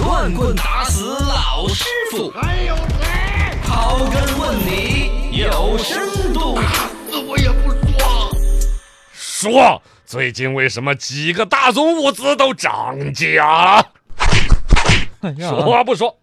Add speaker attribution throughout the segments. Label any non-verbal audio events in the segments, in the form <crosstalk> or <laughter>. Speaker 1: 乱棍打死老师傅，还
Speaker 2: 哎
Speaker 1: 有谁？刨根问底有深度。
Speaker 2: 说，最近为什么几个大宗物资都涨价了？说不说？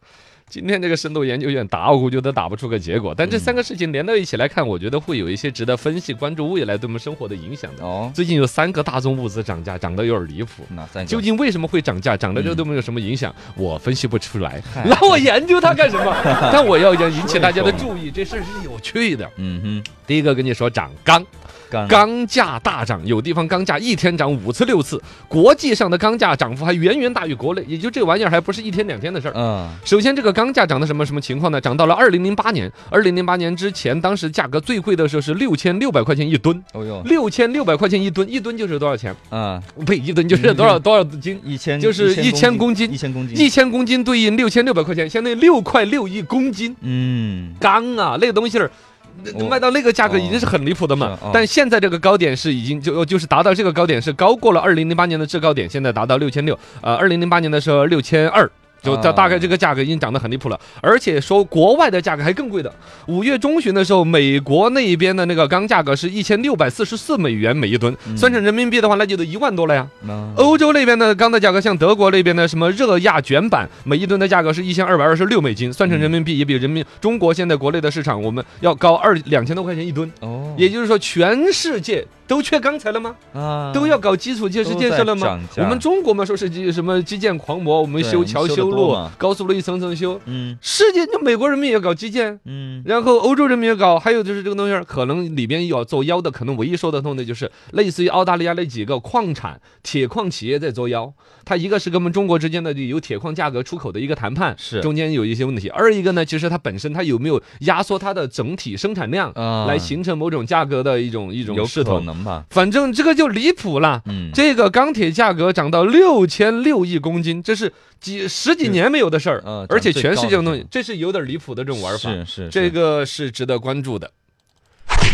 Speaker 2: 今天这个深度研究院打，我估计都打不出个结果。但这三个事情连到一起来看，我觉得会有一些值得分析、关注未来对我们生活的影响的。
Speaker 3: 哦，
Speaker 2: 最近有三个大宗物资涨价，涨得有点离谱。
Speaker 3: 那三
Speaker 2: 究
Speaker 3: 九
Speaker 2: 竟为什么会涨价？涨了之后对我们有什么影响？我分析不出来
Speaker 3: 嗨，
Speaker 2: 那我研究它干什么？但我要引起大家的注意，这事儿是有趣的。
Speaker 3: 嗯
Speaker 2: 第一个跟你说涨钢，
Speaker 3: 哼，刚
Speaker 2: 钢价大涨，有地方钢价一天涨五次六次，国际上的钢价涨幅还远远大于国内，也就这玩意儿还不是一天两天的事儿。
Speaker 3: 嗯
Speaker 2: 首先，这个钢价涨到什么什么情况呢？涨到了二零零八年，二零零八年之前，当时价格最贵的时候是六千六百块钱一吨，
Speaker 3: 哦哟，
Speaker 2: 六千六百块钱一吨，一吨就是多少钱？
Speaker 3: 嗯，
Speaker 2: 呸，一吨就是多少多少斤？
Speaker 3: 一千
Speaker 2: 就是一千公斤
Speaker 3: 一千公
Speaker 2: 一
Speaker 3: 斤，
Speaker 2: 千公斤对应六千六百块钱，相当于六块六一公斤
Speaker 3: 嗯，
Speaker 2: 钢啊，那个东西儿。那
Speaker 3: 哦
Speaker 2: 卖到那个价格已经是很离谱的嘛
Speaker 3: 是哦，
Speaker 2: 但现在这个高点是已经就就是达到这个高点是高过了二零零八年的制高点，现在达到六千六，呃，二零零八年的时候六千二，就大
Speaker 3: 啊
Speaker 2: 大概这个价格已经涨得很离谱了，而且说国外的价格还更贵的，五月中旬的时候，美国那边的那个钢价格是一千六百四十四美元每一吨，
Speaker 3: 嗯
Speaker 2: 算成人民币的话，那就得一万多了呀。
Speaker 3: 嗯
Speaker 2: 欧洲那边的钢的价格，像德国那边的什么热轧卷板，每一吨的价格是一千二百二十六美金，算成人民币也比人民中国现在国内的市场我们要高二两千多块钱一吨。
Speaker 3: 哦，
Speaker 2: 也就是说，全世界都缺钢材了吗？
Speaker 3: 啊
Speaker 2: 都要搞基础建设建设了
Speaker 3: 都在
Speaker 2: 吗
Speaker 3: 涨？价
Speaker 2: 我们中国嘛，说是基什么基建狂魔，我们
Speaker 3: 对
Speaker 2: 修桥
Speaker 3: 你修得
Speaker 2: 修
Speaker 3: 多
Speaker 2: 路
Speaker 3: 嘛，
Speaker 2: 高速路一层层修。
Speaker 3: 嗯
Speaker 2: 世界，那美国人民也搞基建，
Speaker 3: 嗯
Speaker 2: 然后欧洲人民也搞，还有就是这个东西儿，可能里边有做妖的，可能唯一说得通的就是类似于澳大利亚那几个矿产、铁矿企业在做妖。它一个是跟我们中国之间的有铁矿价格出口的一个谈判，
Speaker 3: 是
Speaker 2: 中间有一些问题；二一个呢，其实它本身它有没有压缩它的整体生产量，
Speaker 3: 啊
Speaker 2: 来形成某种价格的一种一种
Speaker 3: 有
Speaker 2: 势
Speaker 3: 可
Speaker 2: 头。
Speaker 3: 能吧，
Speaker 2: 反正这个就离谱了。
Speaker 3: 嗯，
Speaker 2: 这个钢铁价格涨到六千六亿公斤，这是几十几年没有的事儿
Speaker 3: 嗯呃，
Speaker 2: 而且全世界的
Speaker 3: 涨最高
Speaker 2: 东
Speaker 3: 的
Speaker 2: 西，这是有点离谱的这种玩法，
Speaker 3: 是是
Speaker 2: 这
Speaker 3: 是
Speaker 2: 个是值得关注的。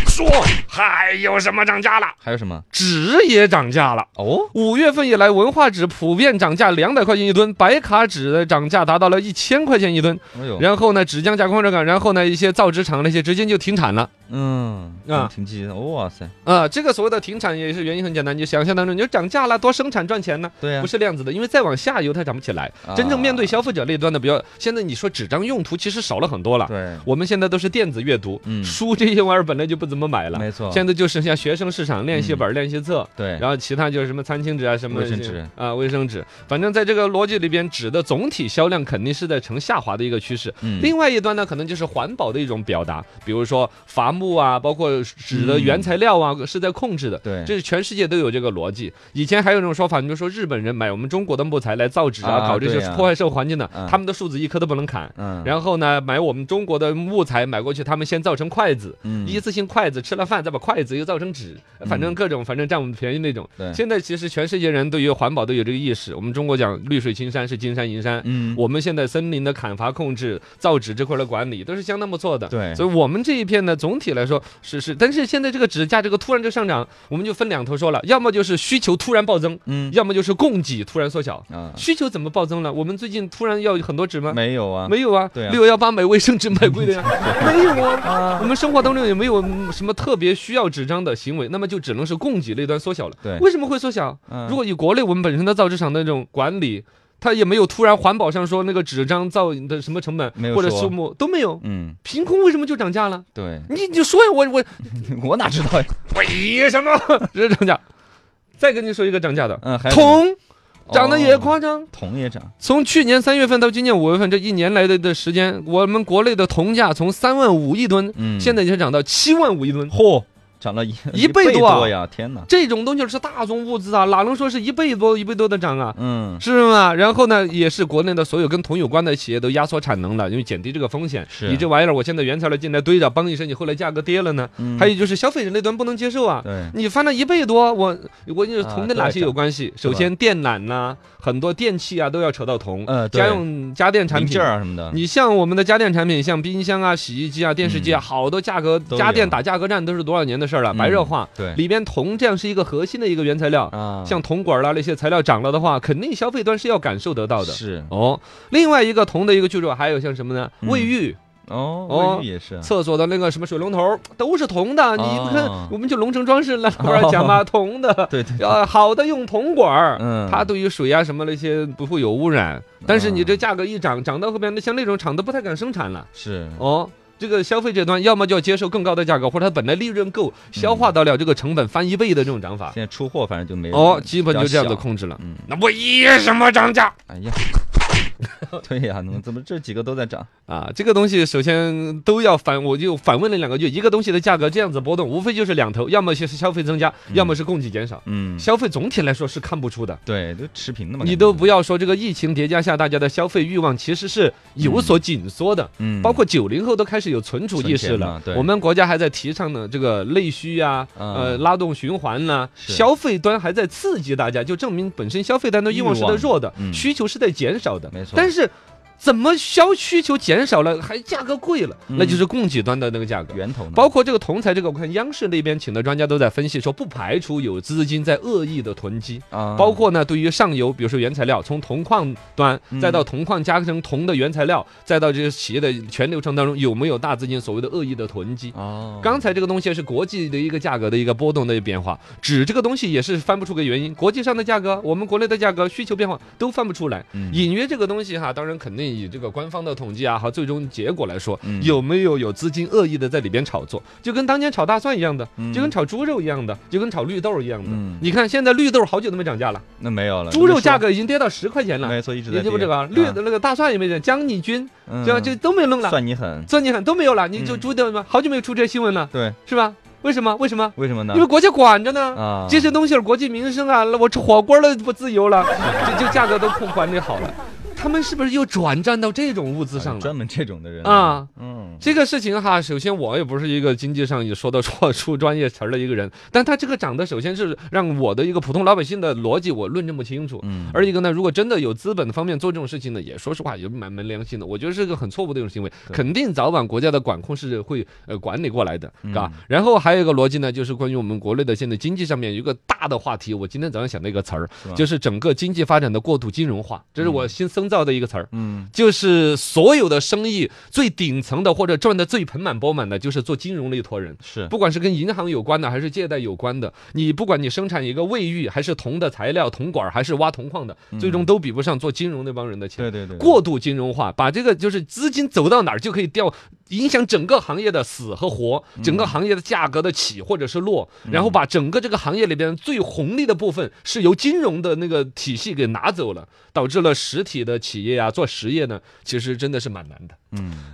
Speaker 2: 说还有什么涨价了？
Speaker 3: 还有什么
Speaker 2: 纸也涨价了。
Speaker 3: 哦，
Speaker 2: 五月份以来，文化纸普遍涨价两百块钱一吨，白卡纸的涨价达到了一千块钱一吨。
Speaker 3: 哎呦，
Speaker 2: 然后呢，纸浆加工这个，然后呢，一些造纸厂那些直接就停产了。
Speaker 3: 嗯
Speaker 2: 啊
Speaker 3: 挺积极的，哇塞，
Speaker 2: 啊，这个所谓的停产也是原因很简单，你就想象当中，你就涨价了，多生产赚钱呢。
Speaker 3: 对啊呀
Speaker 2: 不，是那样子的，因为再往下游它涨不起来。真正面对消费者那端的，比较现在你说纸张用途其实少了很多了。
Speaker 3: 对，
Speaker 2: 我们现在都是电子阅读，
Speaker 3: 嗯
Speaker 2: 书这些玩意儿本来就不怎么买了，
Speaker 3: 没错嗯
Speaker 2: 现在就剩下学生市场练习本、练习册。
Speaker 3: 对，
Speaker 2: 然后其他就是什么餐巾纸啊，什么
Speaker 3: 卫生纸
Speaker 2: 啊，卫生纸，反正在这个逻辑里边，纸的总体销量肯定是在呈下滑的一个趋势。
Speaker 3: 嗯
Speaker 2: 另外一端呢，可能就是环保的一种表达，比如说伐木啊，包括纸的原材料啊，是在控制的。
Speaker 3: 嗯对
Speaker 2: 这是全世界都有这个逻辑。以前还有一种说法，你就说日本人买我们中国的木材来造纸啊，
Speaker 3: 啊
Speaker 2: 搞这些
Speaker 3: 对啊
Speaker 2: 破坏社会环境的
Speaker 3: 嗯，
Speaker 2: 他们的树子一棵都不能砍。
Speaker 3: 嗯，后
Speaker 2: 然后呢，买我们中国的木材买过去，他们先造成筷子，
Speaker 3: 嗯
Speaker 2: 一次性筷子，吃了饭再把筷子又造成纸，反正各种反正占我们便宜那种。
Speaker 3: 对
Speaker 2: 现在其实全世界人对于环保都有这个意识。我们中国讲绿水青山是金山银山，
Speaker 3: 嗯
Speaker 2: 我们现在森林的砍伐控制、造纸这块的管理都是相当不错的。
Speaker 3: 对
Speaker 2: 所以我们这一片呢，总体来说是是，但是现在这个纸价这个突然就上涨，我们就分两头说了，要么就是需求突然暴增，
Speaker 3: 嗯
Speaker 2: 要么就是供给突然缩小。
Speaker 3: 啊
Speaker 2: 需求怎么暴增了？我们最近突然要很多纸吗？
Speaker 3: 没有啊，
Speaker 2: 没有啊，
Speaker 3: 对啊
Speaker 2: 六幺八买卫生纸买贵的
Speaker 3: <laughs>
Speaker 2: 呀，没有啊。我们生活当中也没有嗯什么特别需要纸张的行为，那么就只能是供给那端缩小了。
Speaker 3: 对
Speaker 2: 为什么会缩小？
Speaker 3: 嗯
Speaker 2: 如果以国内我们本身的造纸厂的那种管理。它也没有突然环保上说那个纸张造的什么成本
Speaker 3: 没有
Speaker 2: 或者
Speaker 3: 说
Speaker 2: 数目都没有，
Speaker 3: 嗯，
Speaker 2: 凭空为什么就涨价了？
Speaker 3: 对， <laughs>
Speaker 2: 你你说呀，我我
Speaker 3: 我哪知道呀？
Speaker 2: 为什么 <laughs> 这涨价？再跟你说一个涨价的，
Speaker 3: 嗯，还有
Speaker 2: 铜涨得也
Speaker 3: 哦
Speaker 2: 夸张，
Speaker 3: 铜也涨，
Speaker 2: 从去年三月份到今年五月份这一年来的的时间，我们国内的铜价从三万五一吨，
Speaker 3: 嗯
Speaker 2: 现在已经涨到七万五一吨。
Speaker 3: 嚯，涨了一
Speaker 2: 一倍
Speaker 3: 倍
Speaker 2: 多啊
Speaker 3: 呀！天哪，
Speaker 2: 这种东西是大宗物资啊，哪能说是一倍多一倍多的涨啊？
Speaker 3: 嗯，
Speaker 2: 是吗？然后呢，也是国内的所有跟铜有关的企业都压缩产能了，因为减低这个风险。
Speaker 3: 是
Speaker 2: 你这玩意儿，我现在原材料进来堆着，帮一声，你后来价格跌了呢。
Speaker 3: 嗯
Speaker 2: 还有就是消费者那端不能接受啊。
Speaker 3: 对，
Speaker 2: 你翻了一倍多，我我就是
Speaker 3: 啊
Speaker 2: 铜跟
Speaker 3: 都
Speaker 2: 哪
Speaker 3: 在
Speaker 2: 些有
Speaker 3: 涨
Speaker 2: 关系？首
Speaker 3: 吧
Speaker 2: 先电缆呐、很多电器啊都要扯到铜，
Speaker 3: 呃对
Speaker 2: 家用家电产
Speaker 3: 零
Speaker 2: 品
Speaker 3: 件啊什么的，
Speaker 2: 你像我们的家电产品，像冰箱啊、洗衣机啊、电视机啊，
Speaker 3: 嗯
Speaker 2: 好多价格
Speaker 3: 都有嗯
Speaker 2: 家电打价格战都是多少年的的事儿了，白热化。
Speaker 3: 对
Speaker 2: 里边铜这样是一个核心的一个原材料，
Speaker 3: 啊，
Speaker 2: 像铜管啦那些材料涨了的话，肯定消费端是要感受得到的。
Speaker 3: 是
Speaker 2: 哦，另外一个铜的一个去处还有像什么呢？
Speaker 3: 嗯
Speaker 2: 卫浴、
Speaker 3: 哦，
Speaker 2: 哦
Speaker 3: 卫浴也是啊，
Speaker 2: 厕所的那个什么水龙头都是铜的，你不看
Speaker 3: 哦
Speaker 2: 我们就龙城装饰
Speaker 3: <laughs>
Speaker 2: 那块儿讲嘛，铜的，
Speaker 3: 对对，对
Speaker 2: 要好的用铜管儿，
Speaker 3: 嗯
Speaker 2: 它对于水啊什么那些不会有污染。但是你这价格一涨，涨到后面那像那种厂都不太敢生产了
Speaker 3: 是
Speaker 2: 哦。这个消费者端要么就要接受更高的价格，或者它本来利润
Speaker 3: 嗯
Speaker 2: 够，消化得了这个成本翻一倍的这种涨法。
Speaker 3: 现在出货反正就没
Speaker 2: 哦，
Speaker 3: 人
Speaker 2: 基本就这样的
Speaker 3: 比较小
Speaker 2: 控制了。
Speaker 3: 嗯，
Speaker 2: 那卫衣什么涨价
Speaker 3: 哎呀， <laughs> 对呀，怎么怎么这几个都在涨？
Speaker 2: 啊？这个东西首先都要反，我就反问了两个句：一个东西的价格这样子波动，无非就是两头，要么就是消费增加，要么是供给减少。
Speaker 3: 嗯，
Speaker 2: 消费总体来说是看不出的。
Speaker 3: 对，都持平的嘛，
Speaker 2: 你
Speaker 3: 感
Speaker 2: 都
Speaker 3: 觉
Speaker 2: 不要说这个疫情叠加下，大家的消费欲望其实是有所紧缩的。
Speaker 3: 嗯，
Speaker 2: 包括九零后都开始有存储意识
Speaker 3: 存钱
Speaker 2: 了
Speaker 3: 嘛，对
Speaker 2: 我们国家还在提倡呢这个内需啊，
Speaker 3: 嗯
Speaker 2: 呃，拉动循环呐、
Speaker 3: 是
Speaker 2: 消费端还在刺激大家，就证明本身消费端的欲望是在弱的
Speaker 3: 欲，望嗯
Speaker 2: 需求是在减少的，
Speaker 3: 没错
Speaker 2: 但是怎么消需求减少了，还价格贵了，
Speaker 3: 嗯
Speaker 2: 那就是供给端的那个价格。
Speaker 3: 源头呢，
Speaker 2: 包括这个铜材，这个我看央视那边请的专家都在分析说，不排除有资金在恶意的囤积。
Speaker 3: 啊，
Speaker 2: 包括呢，对于上游，比如说原材料，从铜矿端，
Speaker 3: 嗯
Speaker 2: 再到铜矿加成铜的原材料，再到这些企业的全流程当中，有没有大资金所谓的恶意的囤积？
Speaker 3: 哦，
Speaker 2: 刚才这个东西是国际的一个价格的一个波动的一个变化，纸这个东西也是翻不出个原因，国际上的价格，我们国内的价格需求变化都翻不出来。
Speaker 3: 嗯
Speaker 2: 隐约这个东西哈，当然肯定以这个官方的统计啊和最终结果来说，
Speaker 3: 嗯
Speaker 2: 有没有有资金恶意的在里边炒作，就跟当年炒大蒜一样的，
Speaker 3: 嗯
Speaker 2: 就跟炒猪肉一样的，就跟炒绿豆一样的
Speaker 3: 嗯。呃
Speaker 2: 你看现在绿豆好久都没涨价了。
Speaker 3: 那没有了，
Speaker 2: 猪肉价
Speaker 3: 格
Speaker 2: 格已经跌到十块钱了，
Speaker 3: 没错，一直在
Speaker 2: 也就不
Speaker 3: 跌
Speaker 2: 这个绿
Speaker 3: 啊
Speaker 2: 的那个大蒜也没人，江丽君
Speaker 3: 嗯
Speaker 2: 对吧？就都没有弄了，
Speaker 3: 算你狠，
Speaker 2: 钻你很都没有了，你就
Speaker 3: 嗯
Speaker 2: 猪的嘛，好久没有出这些新闻了，
Speaker 3: 对，
Speaker 2: 是吧？为什么？为什么？
Speaker 3: 为什么呢
Speaker 2: 因？为国家管着呢。
Speaker 3: 啊，
Speaker 2: 这些东西儿国计民生啊，那我吃火锅了不自由了，这就价格都控管理好了，他们是不是又转战到这种物资
Speaker 3: 啊
Speaker 2: 上了
Speaker 3: 专？门这种的人
Speaker 2: 啊，
Speaker 3: 嗯，
Speaker 2: 这个事情哈，首先我也不是一个经济上也说得出出专业词儿的一个人，但他这个涨的，首先是让我的一个普通老百姓的逻辑我论证不清楚。
Speaker 3: 嗯
Speaker 2: 而一个呢，如果真的有资本方面做这种事情呢，也说实话也蛮没良心的，我觉得是个很错误的一种行为，
Speaker 3: 对
Speaker 2: 肯定早晚国家的管控是会呃管理过来的，
Speaker 3: 嗯
Speaker 2: 是吧？然后还有一个逻辑呢，就是关于我们国内的现在经济上面有一个大的话题，我今天早上想到一个词儿
Speaker 3: 是吧，
Speaker 2: 就是整个经济发展的过度金融化，这是我新深造的一个词儿。
Speaker 3: 嗯，
Speaker 2: 就是所有的生意最顶层的或者赚的最盆满钵满的，就是做金融那一坨人。
Speaker 3: <laughs> 是
Speaker 2: 不管是跟银行有关的，还是借贷有关的，你不管你生产一个卫浴，还是铜的材料、铜管儿，还是挖铜矿的，最终都比不上做金融那帮人的钱。
Speaker 3: 嗯对对对，
Speaker 2: 过度金融化，把这个就是资金走到哪儿就可以掉，影响整个行业的死和活，
Speaker 3: 嗯
Speaker 2: 整个行业的价格的起或者是落，然后把整个这个行业里边最红利的部分是由金融的那个体系给拿走了，导致了实体的企业啊做实业呢，其实真的是蛮难的。
Speaker 3: 嗯。